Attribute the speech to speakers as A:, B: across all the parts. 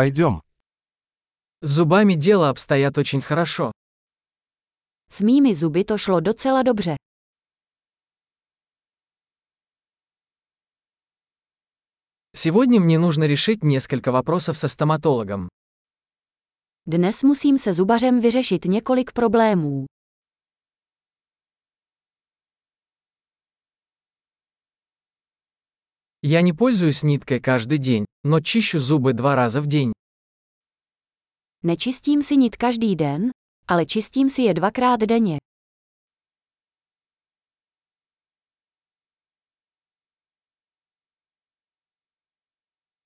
A: Пойдем.
B: С зубами дело обстоят очень хорошо.
C: S mými zuby to šlo docela dobře.
B: Сегодня мне нужно решить несколько вопросов со стоматологом.
C: Dnes musím se zubařem vyřešit několik problémů.
B: Я не пользуюсь ниткой каждый день, но чищу зубы два раза в день.
C: Nečistím si nit každý den, ale čistím si je dvakrát denně.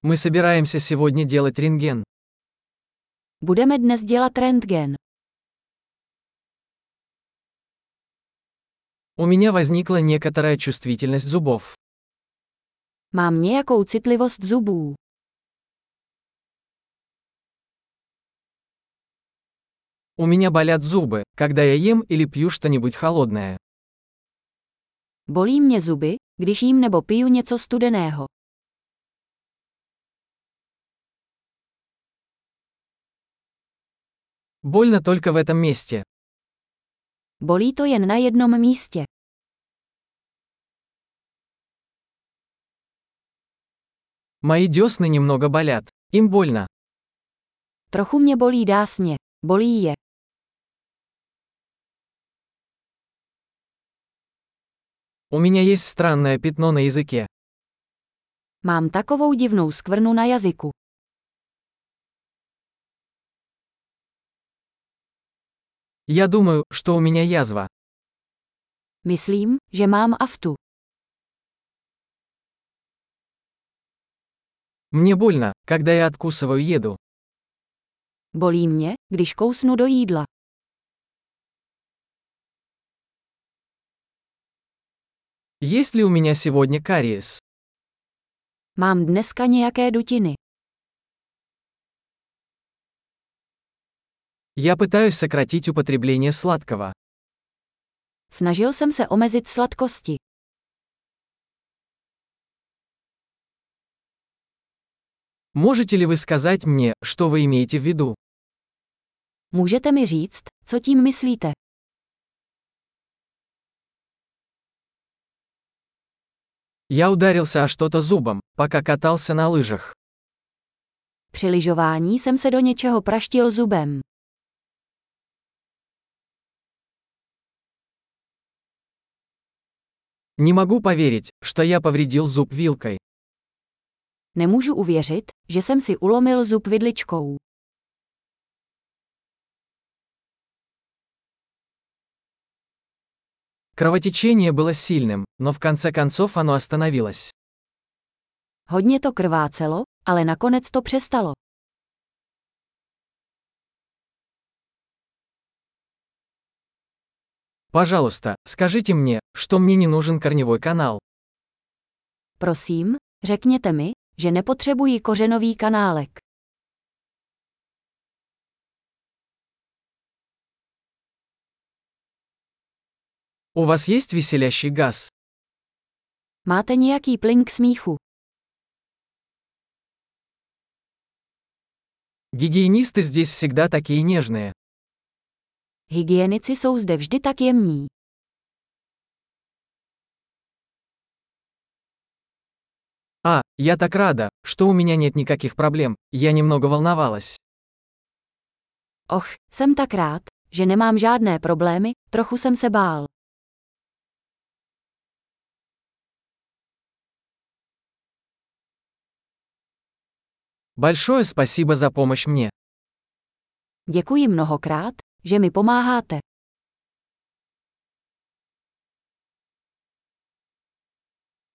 B: Мы собираемся сегодня делать рентген.
C: Budeme dnes dělat rentgen.
B: У меня возникла некоторая чувствительность зубов.
C: Mám nějakou citlivost zubů.
B: У меня болят зубы, когда я ем или пью что-нибудь холодное.
C: Bolí mě zuby, když jím nebo piju něco studeného.
B: Больно только в этом месте.
C: Bolí to jen na jednom místě.
B: Мои десны немного болят. Им больно.
C: Trochu mě bolí dásně. Bolí je.
B: У меня есть странное пятно на языке.
C: Mám takovou divnou skvrnu na jazyku.
B: Я думаю, что у меня язва.
C: Myslím, že mám aftu.
B: Мне больно, когда я откусываю еду.
C: Bolí mě, když kousnu do jídla.
B: Есть ли у меня сегодня кариес?
C: Mám dneska nějaké dutiny.
B: Я пытаюсь сократить употребление сладкого.
C: Snažil jsem se omezit sladkosti.
B: Можете ли вы сказать мне, что вы имеете в виду?
C: Můžete mi říct, co tím myslíte?
B: Я ударился о что-то зубом, пока катался на лыжах.
C: Při lyžování jsem se do něčeho praštil zubem.
B: Не могу поверить, что я повредил зуб вилкой.
C: Nemůžu uvěřit, že jsem si ulomil zub vidličkou.
B: Кровотечение было сильным, но в конце концов оно остановилось.
C: Hodně to krvácelo, ale nakonec to přestalo.
B: Пожалуйста, скажите мне, что мне не нужен корневой канал.
C: Prosím, řekněte mi, že nepotřebuji kořenový kanálek.
B: У вас есть веселящий газ?
C: Máte nějaký plyn k smíchu?
B: Гигиенисты здесь всегда такие нежные.
C: Hygienici jsou zde vždy tak jemní.
B: А, я так рада, что у меня нет никаких проблем, я немного волновалась.
C: Och, jsem tak rád, že nemám žádné problémy, trochu jsem se bál.
B: Большое спасибо за помощь мне.
C: Děkuji mnohokrát, že mi pomáháte.